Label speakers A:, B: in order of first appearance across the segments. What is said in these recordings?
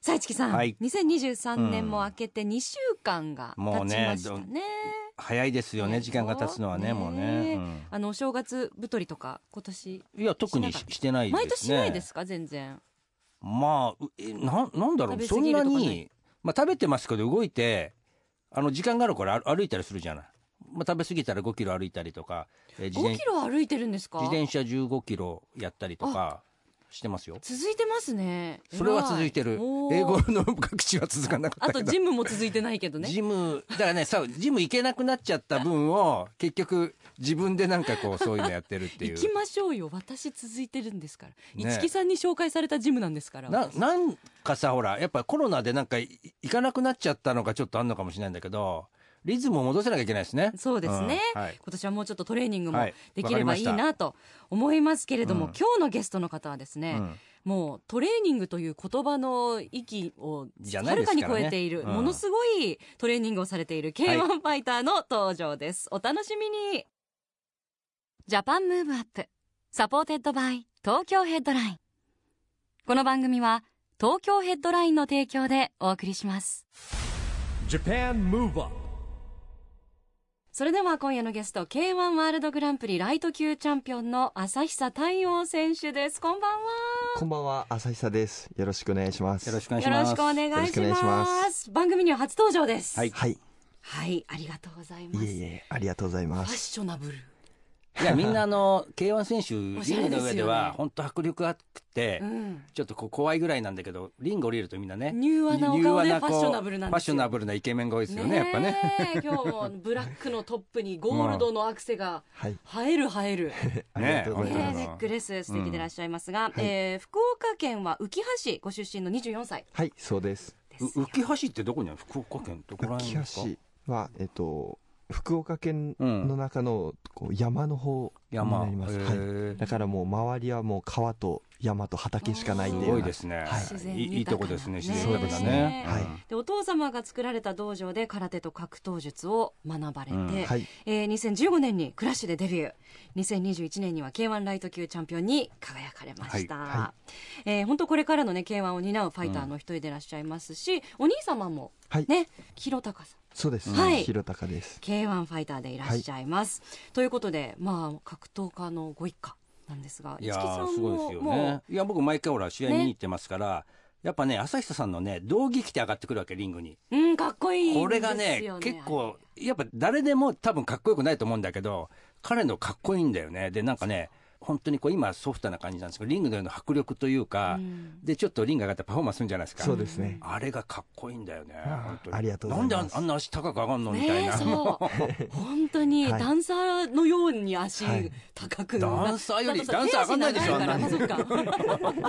A: さあ、市木さん、
B: はい
A: 2023年も明けて2週間が経
B: もう
A: ち
B: ね
A: ましたね。
B: 早いですよね時間が経つのはねもうね、
A: えあのお正月太りとか今年
B: うんいや特にししてないですね
A: 毎年しないですか全然
B: まあうえななんだろう
A: 食べ
B: そ
A: 過
B: ん
A: ぎる
B: な
A: とかない
B: にまあ食べてますけど動いてあの時間があるから歩歩いたりするじゃない、まあ、食べ過ぎたら5キロ歩いたりとか、えー自
A: 5
B: 転
A: キロ歩いてるんですか
B: 自転車15キロやったりとかしてますよ
A: 続いてますね
B: それは続いてる
A: 偉おー
B: 英語の学習は続かなかっ
A: あ
B: たけ
A: と
B: ど
A: ジムも続いてないけどね
B: ジムだからねさジム行けなくなっちゃった分 を結局自分でなんかこうそういうのやってるってい
A: 行き
B: う
A: ましょうよ私続いてるんですから
B: ね
A: 一木さんに紹介されたジムなんですから
B: ななんかさほらやっぱコロナでなんかい行かなくなっちゃったのがちょっとあんのかもしれないんだけどリズムを戻せなきゃいけないですね
A: そうですね、
B: うんはい
A: 今年はもうちょっとトレーニングも
B: はい
A: できればいい
B: わかりま
A: なと思いますけれども、
B: うん
A: 今日のゲストの方はですね、
B: うん
A: もうトレーニングという言葉の域を
B: じゃな
A: はい
B: で
A: る
B: すか
A: から
B: ね
A: に超えている、
B: うん
A: ものすごいトレーニングをされている K1
B: は
A: ファイターの登場です、お楽しみにジャパンムーブアップサポーテッドバイ東京ヘッドラインこの番組は東京ヘッドラインの提供でお送りします
C: Japan Move Up
A: それでは今夜のゲスト K1 ワールドグランプリライト級チャンピオンの朝日久太陽選手ですこんばんは
D: こんばんは、浅井久です。よろしくお願いします。
B: よろしくお願いし
A: よろ
B: ます
A: しくお願い
D: よろし
A: し
D: くお願いし
A: ま
D: ますす
A: 番組には初登場です
B: はい
D: はい。い
A: はいありがとうございま
D: え
A: す
D: いえ、ありがとうございま
A: ファッ
D: す。
A: ショナブル
B: いやみんなあの K1 選手リ
A: おしゃれ
B: ング
A: ですよね
B: の上では本当迫力あって、
A: うん
B: ちょっとこう怖いぐらいなんだけどリング降りるとみんなね
A: 柔和なお顔で
B: 柔和こう
A: ファッショナブルなんですよ
B: ファッショナブルなイケメンが多いですよねやっぱね
A: え今日もブラックのトップにゴールドのアクセ が
D: はい。
A: 映える映える
D: ありがとうござい
A: ね
D: ま
A: え
D: す。
A: ネックレス素敵でいらっしゃいますが、えー福岡県は浮橋市ご出身の24歳
D: はい、そうです。
A: ですよ
B: う浮橋ってどこにある福岡県どこら辺
D: 浮
B: ですか
D: 橋は、えっと、福岡県の中のこう山の方に
B: 山
D: なります。
B: へ
D: はい。
B: ー
D: だからもう周りはもう川と山と畑しかないん
B: す
D: で。
B: ごいですね
D: はい
A: 自然
B: いいいいと
A: 豊
B: こ
A: かな
B: ですね
A: ね
B: 自然豊かだね
D: そうですね
B: うん
A: でお父様が作られた道場で空手と格闘術を学ばれて、
B: うん
D: はい。
A: えー2015年にクラッシュでデビュー2021年には k 1ライト級チャンピオンに輝かれました、
B: はい
D: は
A: えー本当これからのね k 1を担うファイターの一人でいらっしゃいますし、お兄様も
D: はい。
A: ね弘隆さん
D: そうです。
A: はい
D: 広高です。
A: k 1ファイターでいらっしゃいます、ということでまあ格闘家のご一家なんですが
B: いや
A: 市來さん
B: ーすごいです
A: も
B: よ
A: も
B: ねいや僕毎回ほら試合見
A: ね
B: に行ってますからやっぱね朝日久さんのね道着着て上がってくるわけリングに
A: う、うん、かっこいいんですよ、ね、
B: これがね結構やっぱ誰でも多分かっこよくないと思うんだけど彼のかっこいいんだよねでなんかね本当にこう今ソフトな感じなんですけどリングのような迫力というか、
A: うん
B: でちょっとリング上がってパフォーマンスするんじゃないですか
D: そうですね。
B: あれがかっこいいんだよね本当に
D: ありがとうございます
B: なんであんな足高く上がんのみたい
A: ね
B: な、
A: えそ う本当に
D: はい
A: ダンサーのように足
D: はい
A: 高く、
B: ダンサーより
A: だとさ
B: ダンサー上がんないでしょ
A: 手足長
B: あんなに
A: いからあそうか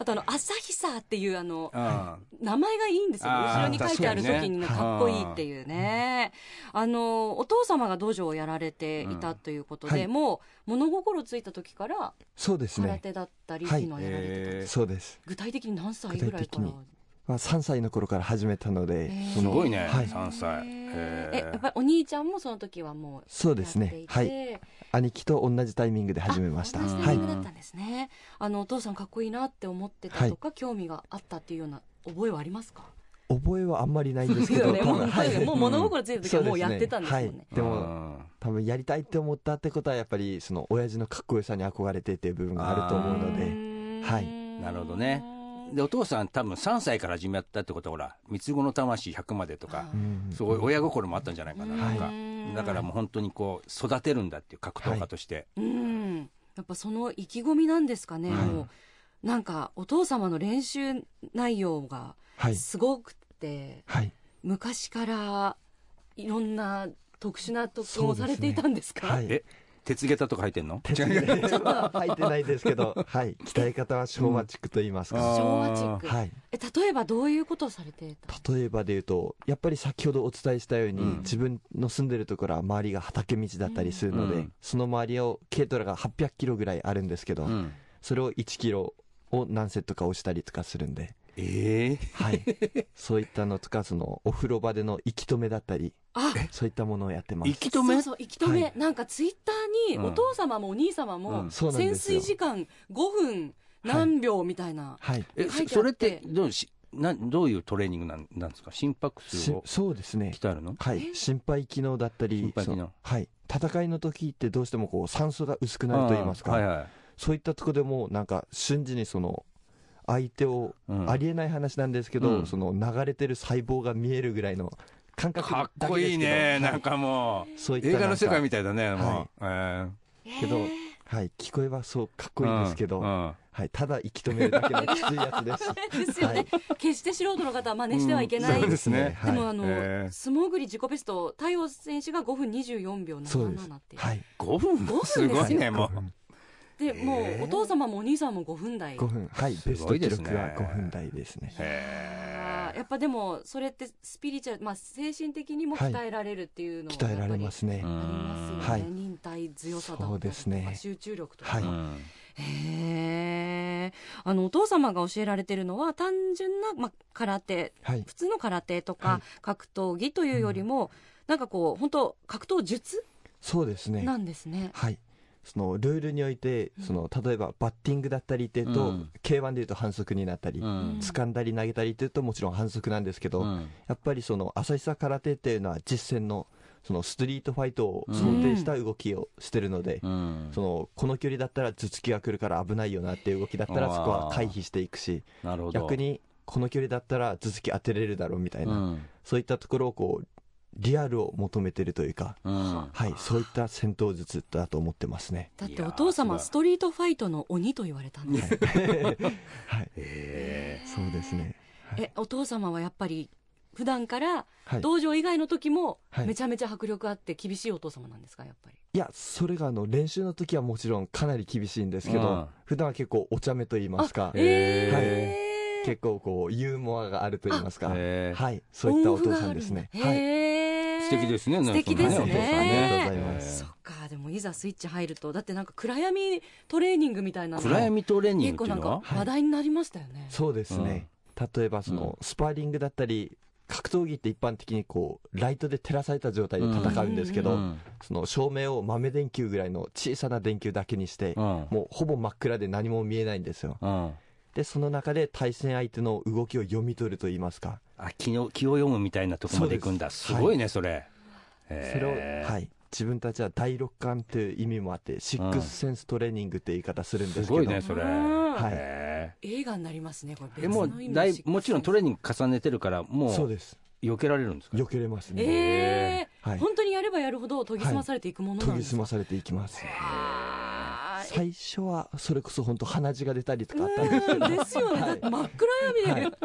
A: あとあの「朝日さ」っていうあの
B: うん
A: 名前がいいんですよね
B: あー
A: 後ろに書いてある
B: 確か
A: 時
B: に
A: に
B: ね
A: かっこいいっていうねあのお父様が道場をやられていたということで、
D: うんはい
A: もう物心ついた時から
D: そうです
A: 空
D: ね。
A: 手だったりっ
D: は
A: て
D: い
A: いうのをやられてた、
B: えー
D: そうです。
A: 具体的に何歳ぐらいから
D: 具体的にまあ、3歳の頃から始めたので、
A: ー
D: そ
B: す
D: の
B: ごいね、
D: はい
B: 3歳
A: え
B: へ
A: や
B: ー
A: っぱりお兄ちゃんもその時はもう
D: そうです
A: やってい
D: ね
A: て。
D: はい。兄貴と同じタイミングで始めました。
A: あ同じタ
D: は
A: イ
D: い
A: ミン。グだったんですね、あのお父さんかっこいいなって思ってたとか、興味があったっていうような覚えはあります か
D: 覚えはあんまりないんです
A: い
D: け
A: や
D: ど、
A: ね
D: 多
A: もう
D: 分はい。
A: もう物心ついた時
D: そ
A: は
D: うですね
A: もうやってたんですもんね
D: はい、で
B: う
D: も
B: ん
D: 多分やりたいって思ったってことはやっぱりその親父のかっこよさに憧れてっていう部分があると思うの
B: は
D: ではい
A: ー
D: う
A: ん
B: なるほどねでお父さん多分3歳から始めたってことはほら三つ子の魂100までとか
A: あ
D: うん
B: すごい親心もあったんじゃないかななんか
A: うん
B: だからもう本当にこう育てるんだっていう格闘家として、
A: うんやっぱその意気込みなんですかね、
B: うん
A: もうなんかお父様の練習内容が
D: はい
A: すごくて、
D: はい
A: 昔からいろんな特殊な特訓
D: そ
A: を
D: うです
A: さ
D: ね
A: れていたんですか
D: はい
B: え鉄下駄とか履いてんの
D: 手伝い 入ってないですけどはい鍛え方は昭和チックと言いますか、
B: あー
A: 昭和チック
D: はい
A: え例えばどういうことをされてた
D: 例えばで言うとやっぱり先ほどお伝えしたように、
B: うん
D: 自分の住んでるところは周りが畑道だったりするので、
B: うん
D: その周りを軽トラが800キロぐらいあるんですけど、
B: うん
D: それを1キロを何セットか押したりとかするんで、
B: ええ
D: はい、そういったのとかそのお風呂場での息止めだったり
A: あ
D: そういったものをやってま
B: 息
D: す
B: 止め
A: そうそう息止め、
D: はい
A: なんかツイッター
B: うん
A: にお父様もお兄様も、
B: うん
D: そうなん
A: 潜
D: ですよ
A: 水時間5分何秒みたいな、
D: はい
B: え
A: 書い
B: そ
A: てあって
B: それってどうしなどういうトレーニングなんなんですか心拍数
D: し
B: を
D: そうですね
B: 鍛えるの
D: はい心肺機能だったり
B: 心肺機能
D: そのはい戦いの時ってどうしてもこう酸素が薄くなると言いますか、
B: あーはいはい
D: そういったとこでもうなんか瞬時にその相手を、
B: うん
D: ありえない話なんですけど、
B: うん
D: その流れてる細胞が見えるぐらいの感覚
B: かっ
D: だけ
B: こ
D: です
B: いい
D: けど
B: ね、
D: は
B: なんかもう
D: そういった
B: 映画
D: な
B: の
D: んか
B: 世界みたいだねもう、え
D: けど
A: えー
D: はい聞こえはそうかっ
B: ー
D: こいいんですけど、
B: うんうん
D: はい、ただ息止めるだけのきついやつで す
A: ですよね、
D: はい
A: 決して素人の方は真似してはいけない、
B: うんそうですね
D: はい
A: でもあの、
B: へー
A: 素潜り自己ベスト太陽選手が5分24秒
D: そうです
A: 77っていう
D: はい
B: 5分
A: 5分
B: すごいねも
D: 5
B: う
A: でもうお父様もお兄様も5分台
D: 5分はいベス
B: ご
D: ト
B: いで
D: 記
B: す
D: 録
B: ね
D: は5分台ですね
A: あーやっぱでもそれってスピリチュアル、まあ、精神的にも
D: はい
A: 鍛えられるっていうのは
D: 鍛えられますね、
A: ありますよね、
D: はい
A: 忍耐強さだったりとか
D: そうですね
A: 集中力とか、
D: はい
B: うん
A: へえあのお父様が教えられてるのは単純な、まあ、空手
D: はい
A: 普通の空手と
D: は
A: か格闘技というよりも、なんかこう本当格闘術
D: そうですね
A: なんですね。
D: はいそのルールにおいてその例えばバッティングだったりっていうと、
B: うん
D: K1 でいうと反則になったり、
B: うん
D: 掴んだり投げたりっていうともちろん反則なんですけど、
B: うん
D: やっぱりその浅草空手っていうのは実践のそのストリートファイトを想定した動きをしてるので、
B: うん
D: そのこの距離だったら頭突きが来るから危ないよなっていう動きだったら
B: あー
D: そこは回避していくし
B: なるほど
D: 逆にこの距離だったら頭突き当てれるだろうみたいな、
B: うん
D: そういったところをこうリアルを求めてるというか、
B: うん
D: はい、そういった戦闘術だと思ってます ね。
A: だっ
B: い
A: て
B: やー
A: お父
B: す
A: 様
B: ごい
A: ストリートファイトの鬼と言われたんです。
D: はい、
B: へ
D: そうですね。はい
A: えお父様はやっぱり普段から
D: はい、
A: 道場以外の時も
D: はい
A: めちゃめちゃ迫力あって厳しいお父様なんですかやっぱり。
D: いやそれがあの練習の時はもちろんかなり厳しいんですけど、
B: うん
D: 普段は結構お茶目と言いますか
B: えへー
D: はい
A: え
D: 結構こうユーモアがあると言いますか、
B: え
D: はい、そういったお父さんですね。はい、
A: へえ
B: 素敵ですねなんか
A: 素敵です
B: そ
D: お
B: ん
D: 父
B: な
D: さんありがとう
A: ね
D: ございます。
A: そっかでもいざスイッチ入るとだってなんか暗闇トレーニングみたいなの
B: 暗闇トレーニング
A: 結
B: って
A: 構
B: い
A: な
B: うんのは
A: か話題になりましたよね、
D: そうですね。例えばそのスパーリングだったり格闘技って一般的にこうライトで照らされた状態で戦うんですけ
B: う
D: ど、
B: ん
D: その照明を豆電球ぐらいの小さな電球だけにして、
B: うん
D: もうほぼ真っ暗で何も見えないんですよ。
B: うん
D: でその中で対戦相手の動きを読み取ると言いますか、
B: あ気の気を読むみたいなとこまで行くんだす
D: そうです
B: ごいねそれそ
D: それをはい。自分たちは第六感という意味もあって、シックスセンストレーニングって言い方するんですすけ
B: ご
D: ど、
B: いねそれ
A: うん
D: はい
B: へ
A: 映画になりますねこれ
B: ええ
A: 別
B: も
A: の意
B: う
A: 味
B: だ
A: で
B: いもちろんトレーニング重ねてるからも
D: そう
B: う
D: です。
B: 避けられるんですか
D: 避けれますね。
A: えー
D: はい
A: 本当にやればやるほど研ぎ澄まされていくものな
D: 研
A: んで
D: ぎ
A: す
D: 澄
A: か、
D: まされていきます。
A: あー
D: 最初はそれこそ本当鼻血が出たりとかあったんですけ
A: う
D: ど
A: んですよね、
D: は
A: だっ
D: い
A: て真っ暗闇で、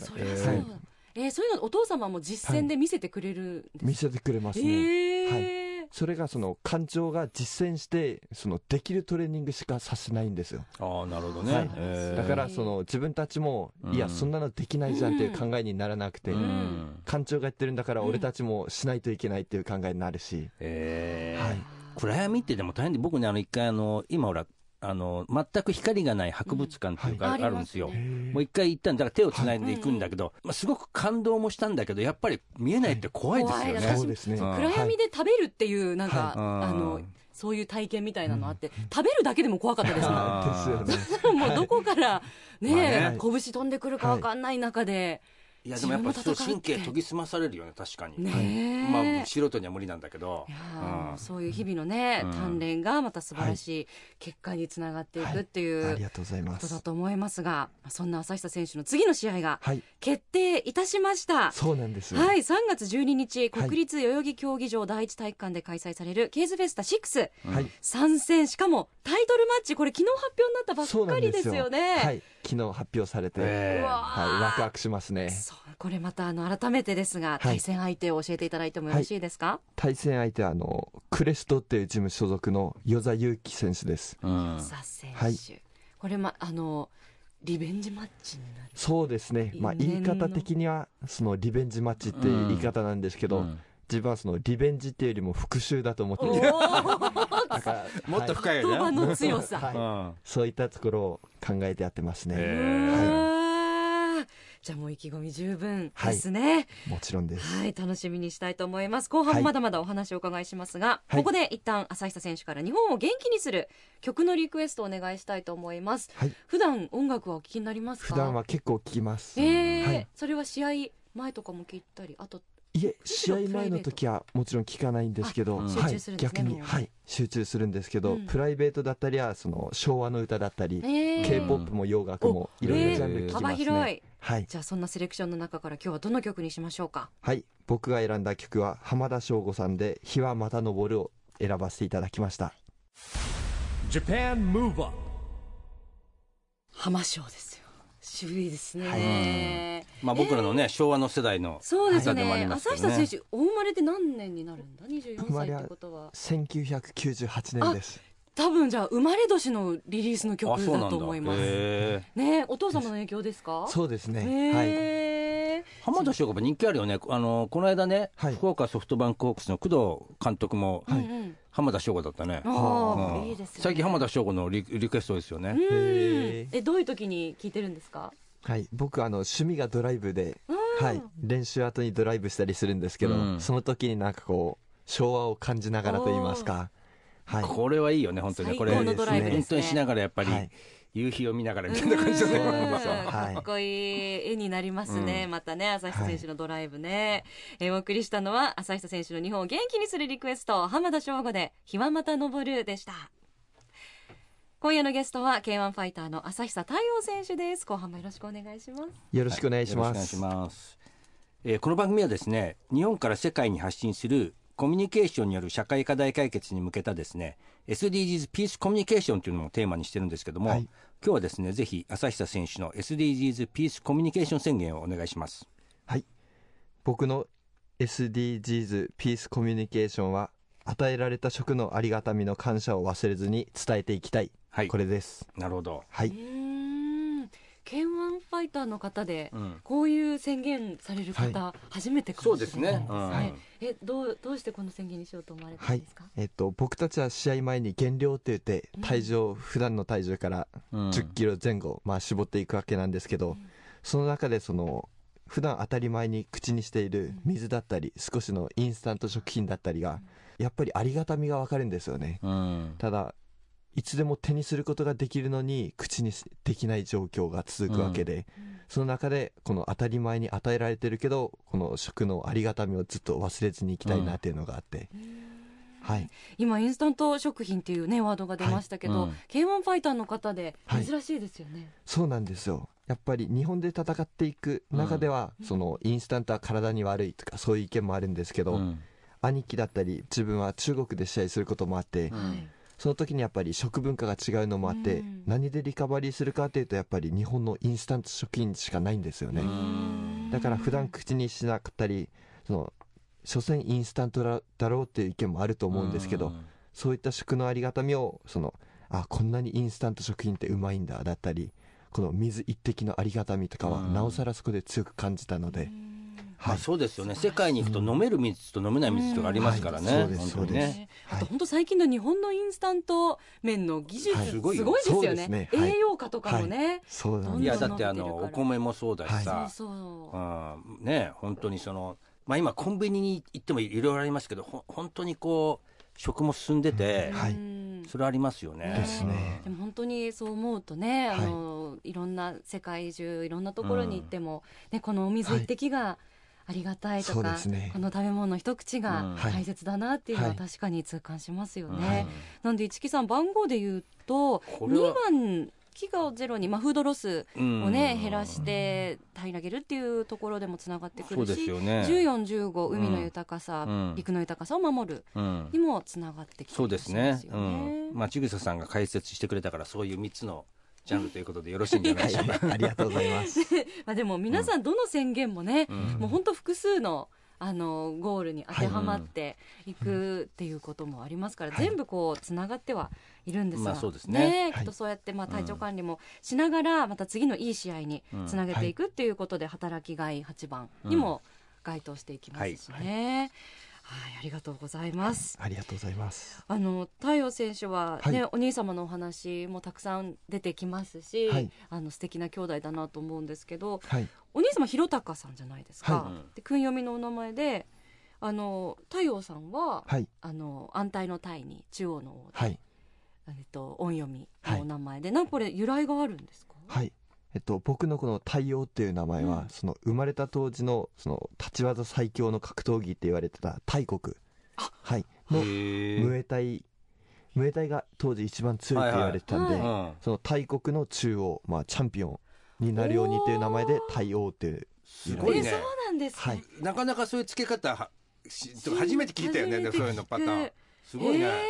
A: そりゃそうだ、
D: はい
A: えーそういうのお父様も実践で見せてくれるんです
D: 見せてくれますね、
A: えー
D: それがその感情が実践してそのできるトレーニングしかさせないんですよ
B: ああなるほど
D: は
B: ね
D: い
B: へー
D: だからその自分たちも、
B: うん
D: いやそんなのできないじゃんっていう考えにならなくて、
B: うん
D: 感情がやってるんだから
A: うん
D: 俺たちもしないといけないっていう考えになるし、
B: へー
D: はい
B: 暗闇ってでも大変で僕ねあの一回あの今ほらあの全く光がない博物館っていうか
A: うん
B: あ
A: はい
B: るんですよ
A: あり
B: もう一回行ったんだから手をつないでいくんだけどまあすごく感動もしたんだけどやっぱり見えないって怖いですよ
A: 怖い
B: ね
A: 私
D: そうですね
B: うん
A: 暗闇で食べるっていうなんか、
B: はい
A: あ
B: う
A: の
B: ん
A: そういう体験みたいなのあって、食べるだけでも怖かったですもん
B: あ
D: はいですよね
A: もうどこからね,、
B: まあ
D: ね
A: 拳飛んでくるかわかんない中で、
B: いやでもやっぱそう
A: 自分
B: 神
A: も戦うって
B: 経研ぎ澄まされるよね確かに、
A: ねえ
B: まあ素人には無理なんだけど
A: いやー
B: うん
A: そういう日々のね、
B: うん
A: 鍛錬がまた素晴らしい結果につながっていくっていう、
D: ありがとうございま
A: ことだ
D: す
A: と思いますがそんな朝久選手の次の試合が
D: はい
A: 決定いたしました。
D: そうなんですよ
A: はい、3月12日、国立代々木競技場第一体育館で開催されるケーズフェスタ6、
D: はい
A: 参戦、しかもタイトルマッチ、これ、昨日発表になったば
D: そう
A: っ
D: な
A: か
D: ん
A: り
D: で
A: です
D: す
A: よ
D: よ
A: ね。
D: はい昨日発表されて、
B: ええ
A: うわ
D: はい、ワクワクしますね
A: そうこれまたあの改めてですが、
D: い
A: 対戦相手を教えていただいてもよろしいですか、
D: 対戦相手はあのクレストっていう事務所属の与座祐樹選手です
A: Uh.
B: うん
A: 佐選手、
D: はい
A: これ、ま、あのリベンジマッチになる。
D: そうですね、まあ、
A: 因
D: 言
A: 縁
D: い
A: の
D: 方的にはそのリベンジマッチっていう言い方なんですけど、
B: うん
D: 自分はそのリベンジっていうよりも復讐だと思って
A: お
D: て
A: ー
D: だから
B: もっと
D: はい
B: 深い
A: 言葉
B: よね。
A: の強さ。
D: はい
C: Uh.
B: うん
D: そういったところを考えてやってますね、
B: え
A: うわーじゃあもう意気込み十分ですね。
D: もちろんです
A: はい、楽しみにしたいと思います。後半もまだまだお話をお伺いしますが、
D: はい
A: ここで一旦朝久選手から日本を元気にする曲のリクエストをお願いしたいと思います。
D: はい
A: 普段音楽はお聞きになりますか
D: 普段は結構聞きます、
A: えー
D: はい
A: それは試合前とかも聞いたり、あと、
D: いえ試合前の時はもちろん聞かないんですけど、
B: あ
D: は
A: 集中するん
D: い
A: ですね
D: 逆に、
A: もう
D: はい、集中するんですけど、
A: うん
D: プライベートだったりはその昭和の歌だったり、
A: えー
D: k p o p も洋楽もいろんなジャンル聞きますね、
A: 幅広い。
D: はい、
A: じゃあそんなセレクションの中から今日はどの曲にしましょうか
D: はい、僕が選んだ曲は浜田省吾さんで「日はまた昇る」を選ばせていただきました
C: Japan Move Up
A: 浜章ですよ。渋いですね。
D: は
B: まあ僕らのね、昭和の世代の
A: そうです
B: 歌でもあ
A: ね。
B: りますけ
A: 朝日
B: どね
A: 選手、お生まれで何年になるんだ ?24
D: 生ま
A: 歳
D: れ
A: っ
D: は
A: てことは。
D: 1998年です
A: 多分じゃあ、生まれ年のリリースの曲
B: あ、そうな
A: だ
B: んだ
A: と思いま。す。
B: へー
A: ねお父様の影響ですか
D: そうです
A: う
D: ね、はい
A: ね。
B: 浜田翔吾も人気あるよね。あの、この間ね、
D: はい
B: 福岡ソフトバンクホークスの工藤監督も、
A: はい。うんうん
B: 浜田翔吾だったね。
A: あ
B: う
A: あ、
B: ん
A: いいですね。
B: 最近浜田翔吾のリリクエストですよね。
A: うん
D: へー
A: え、どういう時に聞いてるんですか
D: はい、僕あの趣味がドライブで、
A: うん
D: はい、練習後にドライブしたりするんですけど、
B: うん
D: その時になんかこう昭和を感じながらと言いますか、はい、
B: これはいいよね、本当にね。これ、
A: 最
D: 高のドライブですね
B: 本当にしながらやっぱり
D: はい、
B: 夕日を見ながらみたいな感じだね、
D: うん
B: これも
D: そうなんですよ
A: か
D: はい
A: っこいい絵になりますね、またね朝日選手のドライブね、えーお送りしたのは朝日選手の日本を元気にするリクエスト浜田省吾で「日はまた昇る」でした今夜のゲストは k 1ファイターの朝日太陽選手です後半もよろしくお願いします
D: よろしくお願いしま
B: よろ
D: す,、
B: しくお願いします。えーこの番組はですね、日本から世界に発信するコミュニケーションによる社会課題解決に向けたですね、SDGs ピースコミュニケーションというのをテーマにしてるんですけども、
D: はい
B: 今日はですね、ぜひ朝日久選手の SDGs ピースコミュニケーション宣言をお願いします。
D: はい、僕の SDGs ピースコミュニケーションは与えられた食のありがたみの感謝を忘れずに伝えていきたい、
B: はい
D: これです
B: なるほど。
D: は
A: う
D: い
A: ーん k 1ファイターの方で、
B: うん
A: こういう宣言される方、初めてかもしれない
B: うん
A: はいえどうどうしてこの宣言にしようと思われた
D: は
A: ん
D: い
A: ですか、、
D: えっと、僕たちは試合前に減量って言って体重を普段の体重から
B: うん
D: 1 0キロ前後、まあ、絞っていくわけなんですけど、その中でその普段当たり前に口にしている水だったり少しのインスタント食品だったりがやっぱりありがたみがわかるんですよね
B: うん。
D: ただいつでも手にすることができるのに口にできない状況が続くわけで、その中でこの当たり前に与えられてるけどこの食のありがたみをずっと忘れずにいきたいなっていうのがあって、はい
A: 今インスタント食品っていうねワードが出ましたけど、
B: はいうん
A: K1 ファイターの方で
D: はい
A: 珍しいですよね、
D: そうなんですよやっぱり日本で戦っていく中では、そのインスタントは体に悪いとかそういう意見もあるんですけど、
B: うん
D: 兄貴だったり自分は中国で試合することもあっ
A: は
D: て、
A: い
D: その時にやっぱり食文化が違うのもあって、
A: うん
D: 何でリカバリーするかっていうとやっぱり日本のインスタント食品しかないんですよね、だから普段口にしなかったりその所詮インスタントだだろうっていう意見もあると思うんですけど、
B: うん
D: そういった食のありがたみをそのあこんなにインスタント食品ってうまいんだだったりこの水一滴のありがたみとかは
B: うん
D: なおさらそこで強く感じたので、
B: ま
D: は
B: あ
D: い、
B: そうですよね。世界に行くと飲める水と飲めない水とかありますからね。
D: うんはいそ
B: 本
D: うです
B: 当に
D: そ
B: ね
D: うです
A: ね
D: はい
A: あと本当最近の日本のインスタント麺の技術、
D: はい
A: す
D: す
A: ご
B: ご
A: い
B: い
A: で
B: よ
A: すよ
D: そう
A: ね
D: ですねはい
A: 栄養価とかもね、
D: そうなん
A: どん
B: い
D: で
B: や
D: す
B: だってあのお米もそうだしさ、
A: そうそう、
B: うん、ね本当にその、まあ、今コンビニに行ってもいろいろありますけどほ本当にこう食も進んでて、
D: はい
A: うん
B: それありますよね。
D: ですね
A: でも本当にそう思うとね、
D: はい
A: あのいろんな世界中いろんなところに行っても、ね、このお水一滴がありがたいと
D: そう
A: か、
D: ですね
A: この食べ物の一口
B: う
A: が
B: ん
D: はい
A: 大切だなっていうのは
D: はい
A: 確かに痛感しますよ
B: う
A: ね。
B: ん
A: なんで市木さん番号で言うと
B: これは
A: 2番飢餓をゼロに、まあ、フードロス
B: うん
A: をね、減らして平らげるっていうところでもつながって
B: そ
A: く
B: う
A: る
B: で
A: し、
B: すよね。
A: 1415海の豊かさ、
B: うん
A: 陸の豊かさを守る
B: うん
A: にもつながってきて
B: そうですね
A: し。
B: う
A: ま
B: ん。まあ、ちぐささんが解説してくれたから、そういう三つのジャンルということでよろしいんじゃないでし ょうか。
D: ありがとうございます
A: まあでも皆さんどの宣言もね、
B: うん
A: もう本当複数のあのゴールに当てはまっていくっていうこともありますから、
D: はい
A: 全部こうつながってはいるんですが、
B: まあそうですね
A: えきっとそうやってまあ体調管理もしながらまた次のいい試合につなげていくっていうことで働きがい8番にも該当していきますしね。はい、ありがとうございます。
D: ありがとうございます。
A: あの太陽選手は、ね
D: はい
A: お兄様のお話もたくさん出てきますし、
D: はい
A: あの素敵な兄弟だなと思うんですけど
D: はい。
A: お兄様弘隆さんじゃないですか、
D: はい
A: で訓読みのお名前であの太陽さんは、
D: はい。
A: あの安泰の泰に中央の王で、
D: はい。
A: えっと、音読みのお名前で、なんかこれ由来があるんですか、
D: はい。えっと、僕のこの太陽っていう名前は、
A: うん
D: その生まれた当時の、その立ち技最強の格闘技って言われてた大国。はい。の、ムエタイ、ムエタイが当時一番強いって言われてたんで、
A: はいは
B: うん
D: その大国の中央、まあ、チャンピオンになるようにっていう名前で太陽っていう。
B: すごい
A: え
B: ね
A: そうなんですね、
D: はい。
B: なかなかそういう付け方はし初めて聞いたよね
A: 初め
B: で
A: て
B: もそういうのパター
A: 聞
B: ン
A: く
B: すごいね、
A: へー
D: はい。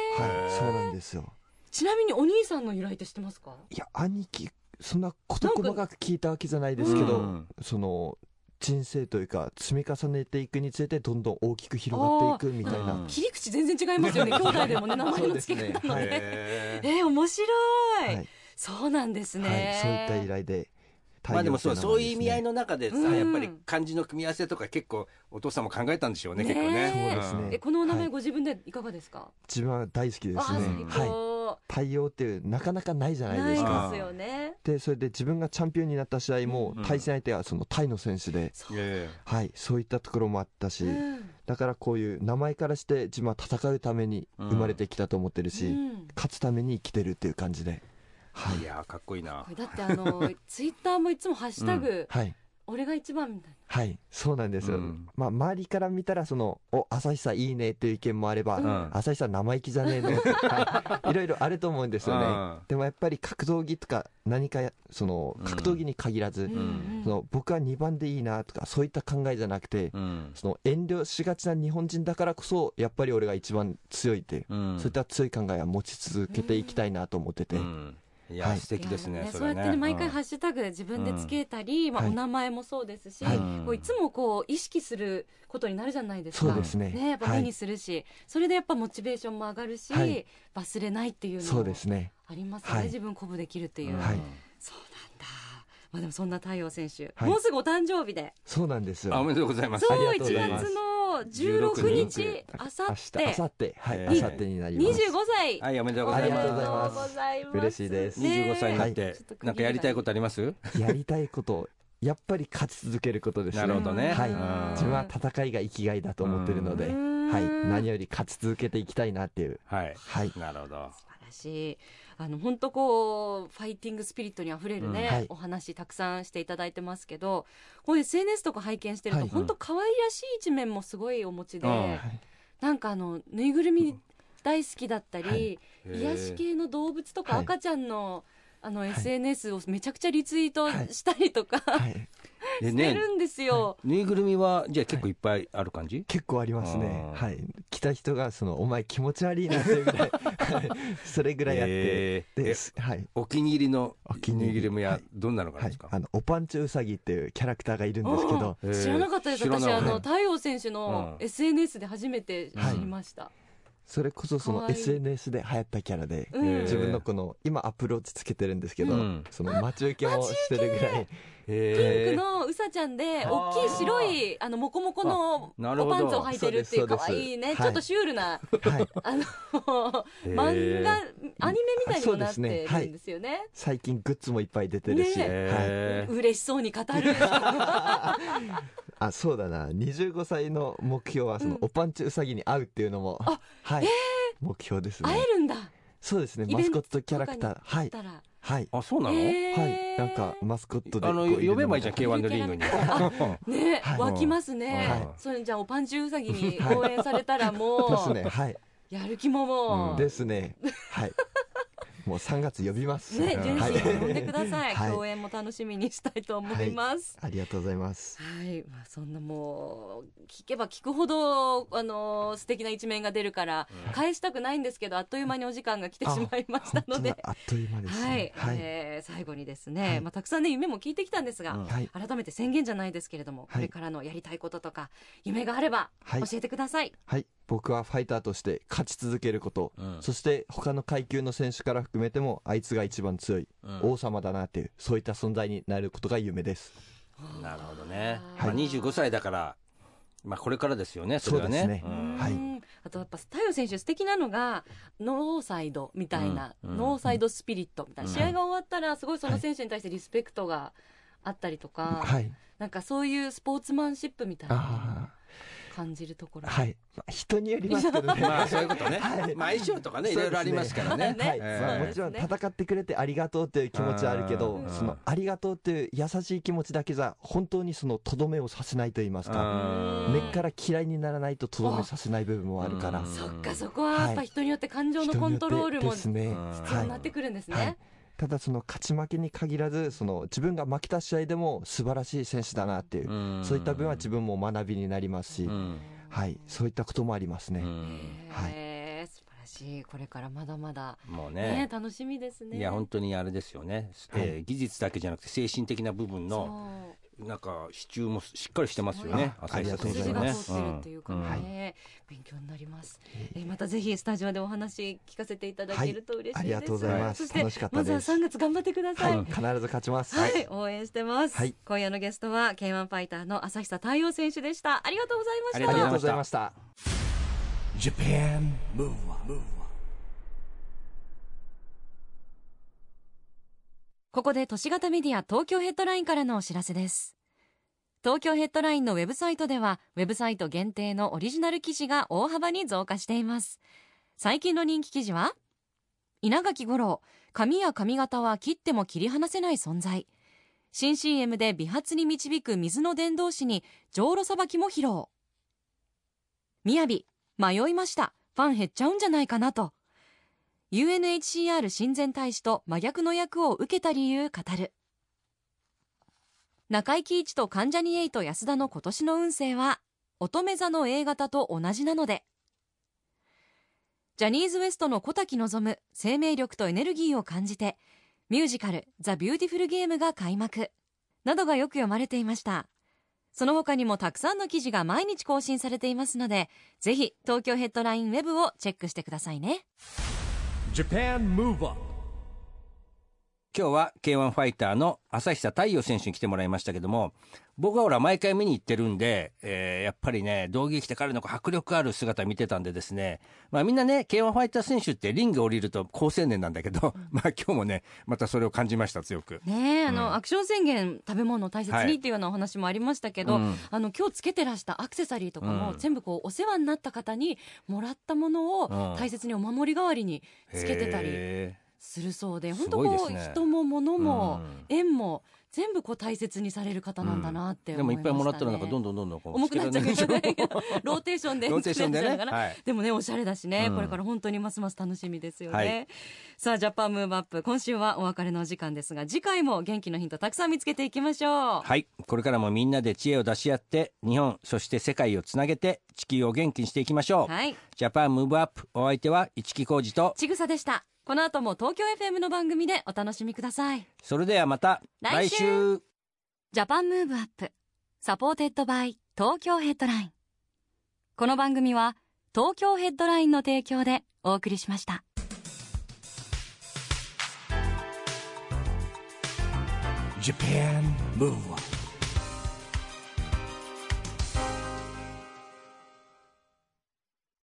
D: そうなんですよ。
A: ちなみにお兄さんの由来って知ってますか
D: いや、兄貴、そんな事細かく聞いたわけじゃないですけど、
B: うん
D: その、人生というか、積み重ねていくにつれて、どんどん大きく広がっていくみたいな。
B: あーうん
A: 切り口全然違いま すよね兄弟でもね名前の付け方のね
B: へー
A: えー、面白い、
D: はい
A: そうなんですね、
D: はい、そういった依頼で対
B: まあでもそう
D: って
B: そういう意味合い
D: の
B: の中でさ、
A: うん
B: やっぱり漢字の組み合わせとか結構お父さんも考えたんでしょうね
A: ねえ
B: 結構ね
D: そうですね
A: えこのお名
D: は
A: 前
D: い
A: ご自分でいかがですか、
D: 一番大好きで
A: わ
D: す
A: あ
D: ね
A: 最
D: はい
A: 高、
D: 太陽っていうなかなかないじゃない
A: な
D: で
A: い
D: す
A: で
D: か
A: すよね
D: でそれで自分がチャンピオンになった試合も
B: うん
D: 対戦相手はそのタイの選手で、
A: そう、
B: え
D: はい、そういったところもあったし、
A: うん
D: だからこういう名前からして自分は戦うために生まれてきたと思ってるし、
A: うん
D: 勝つために生きてるっていう感じでは
B: えい
D: い
B: やーかっこいいな
A: これだってあ のツイッターもいつも「ハッシュタグ、
D: はい
A: 俺が一番」みたい
D: はいそうなんですよ、
B: うん
D: まあ周りから見たらその「お朝日さんいいね」っていう意見もあれば「
B: うん
D: 朝日さん生意気じゃ ねえの」はいいろいろあると思うんですよね、
B: うん
D: でもやっぱり格闘技とか何かやその格闘技に限らず、
A: な、
B: ん
D: その僕は2番でいいなとかそういった考えじゃなくて、
B: うん
D: その遠慮しがちな日本人だからこそやっぱり俺が一番強いっていう、
B: うん
D: そういった強い考えは持ち続けていきたいなと思ってて、
B: うんいや、
D: はい
B: 素敵です
A: いや
B: ね
A: もう
B: そ
A: そう
B: れ
A: や
B: は
A: ってね毎回
B: うん
A: ハッシュタグ自分でつけたり、まあ、
D: は
A: お
D: い
A: 名前もそうですし、
D: はい
A: こういつもこう意識することになるじゃないですか
D: そうですね
A: ねやっぱ
D: は
A: 目
D: い
A: にするし、それでやっぱモチベーションも上がるし、
D: はい
A: 忘れないっていうの
D: そう
A: も
D: ですね
A: ありますね、
D: はい
A: 自分鼓舞できるっていう、
D: はい
A: そうなんだ、まあ、でもそんな太陽選手、
D: はい
A: もうすぐお誕生日で
D: そうなんですよ
B: あおめでとうございます
A: そ
D: あり
A: う
D: がとうござい
A: 1
D: ます
A: 月の16日
B: 16
A: あ
D: 明
A: さっ
D: 日
A: て
D: あさってはい
B: え
D: あ
B: ー
D: さってになりま
A: 25
D: す
A: 歳、
B: はいおめでとうご
A: お
B: ざ
A: め
B: い
A: で
B: ま
A: と
B: す
A: う
D: ありがとうございま
A: ございます
D: 嬉しいです
A: ね
B: 25歳になって、
A: はいちょっと区切りが
B: なんかやりたいことあります
D: やりたいことやっぱり勝ち続けることですね
B: なるほどね、
D: はい
B: うん
D: 自分は戦いが生きがいだと思ってるので、
A: うん
D: はい、何より勝ち続けていきたいなっていう、
B: はい
D: はい、
B: なるほど
A: 素晴らしいあの本当こうファイティングスピリットにあふれるね、
D: うんはい
A: お話たくさんしていただいてますけどこう SNS とか拝見してると、
D: はい
A: 本当可愛らしい一面もすごいお持ちで、
B: うんはい
A: なんかあのぬいぐるみ大好きだったり、
D: はい
A: 癒し系の動物とか
D: はい
A: 赤ちゃんの,、あの
D: い
A: SNS をめちゃくちゃリツイート
D: はい
A: したりとか、
D: はい、
B: で
A: して
B: ね
A: るんですよ。
B: ぬいぐるみはじゃあ結構いっぱいある感じ、
D: 結構ありますね
B: あー
D: はい来た人がその「お前気持ち悪いな」っていうぐらいはいそれぐらいやって、
B: へー
D: ですはい
B: お気に入りの
D: お気に
B: ぬ
D: 入り
B: いぐるみ
D: は
B: はいどんなのがあ
D: は
B: るん
D: い
B: ですか、
D: あのおパンチウサギっていうキャラクターがいるんですけど
A: うん知らなかったです
B: 知らな
A: 私
B: かった
A: あの太陽選手の
B: うん
A: SNS で初めて知りました、
D: それこそそ
A: か
D: の
A: わいい
D: SNS で流行ったキャラで
A: うん
B: へー
D: 自分のこの今アプローチつけてるんですけど、
B: うん
D: その待ち受けもしてるぐらい
A: ピ
B: へ
A: ンク
B: ー
A: のうさちゃんで、
B: ー
A: 大きい白い、あの、もこもこの、
B: あなる
A: お
B: ほど
A: パンツを履いてるっていう、
D: そうです
A: 可愛いね、
D: そうです
A: ちょっとシュールな、
D: はい
A: あの、
B: へー
A: 漫画、アニメみたいにもなって
D: あそうですねは
A: る
D: い
A: んですよね。
D: 最近グッズもいっぱい出てるし、
A: ね
D: はい、
B: へー
A: 嬉しそう に語る。
D: あそうだな25歳の目標はその、おパンチウサギに会うっていうのもはい、目標です
A: 会え
D: ね
A: るんだ。
D: そうですね
A: イ
D: マ
A: ベ
D: ス
A: ン
D: コ
A: ト
D: ットキャラクターは
A: 来
D: い
A: たら。
D: はい
B: あそうなの、
D: はいなんかマスコットで
B: あの
D: こういる
B: 呼べばいいじゃん
D: のも
B: K1 のリングに
A: ね、
D: はい
A: 湧きますね
B: は。
A: それじゃあ、おパンチうさぎに
D: はい
A: 応援されたら
D: です
A: も
D: ねはい、
A: う、やる気もも
B: ん
A: う
D: で、すねはいもう3月呼びます。
A: ね、純
D: はい
A: 真呼んでください。
D: はい
A: 共演も楽しみにしたいと思います。
D: ありがとうございます。
A: はい、まあ、そんなもう聞けば聞くほどあの素敵な一面が出るから、返したくないんですけどあっという間にお時間が来て
D: あ
A: しまいましたの
D: 本当
A: で
D: だ。あっという間です
A: はい
D: ね。、はい。
A: えー最後にですね、
D: はい
A: まあ、たくさんね夢も聞いてきたんですが、
B: うん
D: はい。
A: 改めて宣言じゃないですけれども、
D: はい
A: これからのやりたいこととか夢があれば
D: はい
A: 教えてください、
D: はい。僕はファイターとして勝ち続けること。
B: うん
D: そして他の階級の選手から含めてもあいつが一番強い、
B: うん
D: 王様だなっていうそういった存在になることが夢です
B: なるほどね、
A: は
B: ま
A: い
B: あ、25歳だから、まあ、これからですよねそれはね
D: そうですね
B: ん
D: はい
A: うんあとやっぱ太陽選手素敵なのがノーサイドみたいな、
B: うんうん
A: ノーサイドスピリットみたいな、
B: うん
A: 試合が終わったらすごいその選手に対してリスペクトがあったりとか、
D: はい
A: なんかそういうスポーツマンシップみたいなのを
D: あ
A: 感じるとこ
D: あ
A: ろ、
D: はい、まあ、人によりますけどね
B: まあそういうことね、
D: はい
B: まあ相性とかねい
D: そう
B: ろい
D: ですね
B: ろありますからね
A: ね
D: はい
B: えー
D: まあもちろん戦ってくれてありがとうっていう気持ちはあるけど、
B: うん
D: そのありがとうっていう優しい気持ちだけじゃ本当にそのとどめをさせないと言いますか、
A: うん
D: 根っから嫌いにならないととどめさせない部分もあるか
B: う
D: ら、
B: ん
A: そっかそこはやっぱ人によって感情のコントロールも必
D: 人によって
B: うん
D: ですね
A: 要になってくるんですね。
D: はいただその勝ち負けに限らずその自分が負けた試合でも素晴らしい選手だなっていう、
B: ん
D: そういった分は自分も学びになりますし、
B: うん
D: はい、そういったこともありますね、
B: うん
D: はい
A: へー素晴らしいこれからまだまだ、
B: もう
A: ね
B: ね
A: 楽しみですね。
B: いや本当にあれですよね、
D: はい
B: えー技術だけじゃなくて精神的な部分の
A: そう
B: なんか支柱もしっかりしてますよね
D: あ
B: 浅井
D: ありがとうござ
A: 筋
D: い
A: が
D: ま
A: 通ってるっていうかね、
B: ん
D: はい
A: 勉強になります、えーまたぜひスタジオでお話聞かせていただ
D: は
A: け
D: い
A: ると嬉しいです、
D: ありがとうございます
A: そして
D: 楽しかったです
A: まずは3月頑張ってくださ、
D: はいい、必ず勝ちます、
A: はい、応援してます。
D: はい
A: 今夜のゲストは K1 ファイターの朝日久太陽選手でした。ありがとうございま
B: あ
A: した。
D: あ
B: り
D: りがとう
B: とうござ
D: ござ
B: い
D: い
B: ま
D: ました。
C: Japan Move Up
E: ここで都市型メディア東京ヘッドラインからのお知らせです。東京ヘッドラインのウェブサイトでは、ウェブサイト限定のオリジナル記事が大幅に増加しています。最近の人気記事は、稲垣吾郎、髪や髪型は切っても切り離せない存在。新 CM で美髪に導く水の伝道師に、上路さばきも披露。雅、迷いました。ファン減っちゃうんじゃないかなと。UNHCR 親善大使と真逆の役を受けた理由語る中井貴一と関ジャニエイト安田の今年の運勢は乙女座の A 型と同じなのでジャニーズ WEST の小滝望生命力とエネルギーを感じてミュージカル「ザ・ビューティフル・ゲーム」が開幕などがよく読まれていましたその他にもたくさんの記事が毎日更新されていますのでぜひ東京ヘッドラインウェブをチェックしてくださいね
C: Japan Move Up
B: 今日は K1 ファイターの朝日久太陽選手に来てもらいましたけども僕はほら毎回見に行ってるんで、えーやっぱりね道着着て彼の迫力ある姿見てたんでですね、まあ、みんなね K1 ファイター選手ってリング降りると好青年なんだけど、 まあ今日もねまたそれを感じました強く。
A: ねえ、あの、アクション宣言、食べ物を大切
B: はい
A: にっていうようなお話もありましたけど、
B: うん
A: あの、今日つけてらしたアクセサリーとかも、
B: うん
A: 全部こう、お世話になった方にもらったものを
B: うん
A: 大切にお守り代わりにつけてたり
B: へ
A: するそうで、
B: ー
A: 本当こ
B: すご
A: う、
B: いですね
A: 人も物も
B: うん
A: 縁も全部こう大切にされる方なんだなっ
B: ー
A: て
B: で
A: 思
B: も
A: い
B: い
A: ま
B: っ
A: した、
B: ぱい
A: ね。
B: もらったらなんかどん
A: どん
B: どんどんどんこう
A: 重くなっちゃうけ
B: つ
A: ど
B: けられないでし
A: ね
B: ょ
A: ローテーションで
B: ローテーションでね
A: 作られちゃうのかな
B: はい
A: でもねおしゃれだしね、
B: うん
A: これから本当にますます楽しみですよね、
B: はい
A: さあジャパンムーブアップ今週はお別れのお時間ですが次回も元気のヒントたくさん見つけていきましょう
B: はいこれからもみんなで知恵を出し合って日本そして世界をつなげて地球を元気にしていきましょう、
A: はい
B: ジャパンムーブアップお相手は市木浩二と
A: ちぐさでしたこの後も東京 FM の番組でお楽しみください
B: それではまた
A: 来
B: 来
A: 週
B: 週
E: ジャパンムーブアップサポーテッドバイ東京ヘッドラインこの番組は東京ヘッドラインの提供でお送りしました「
C: Japan Move Up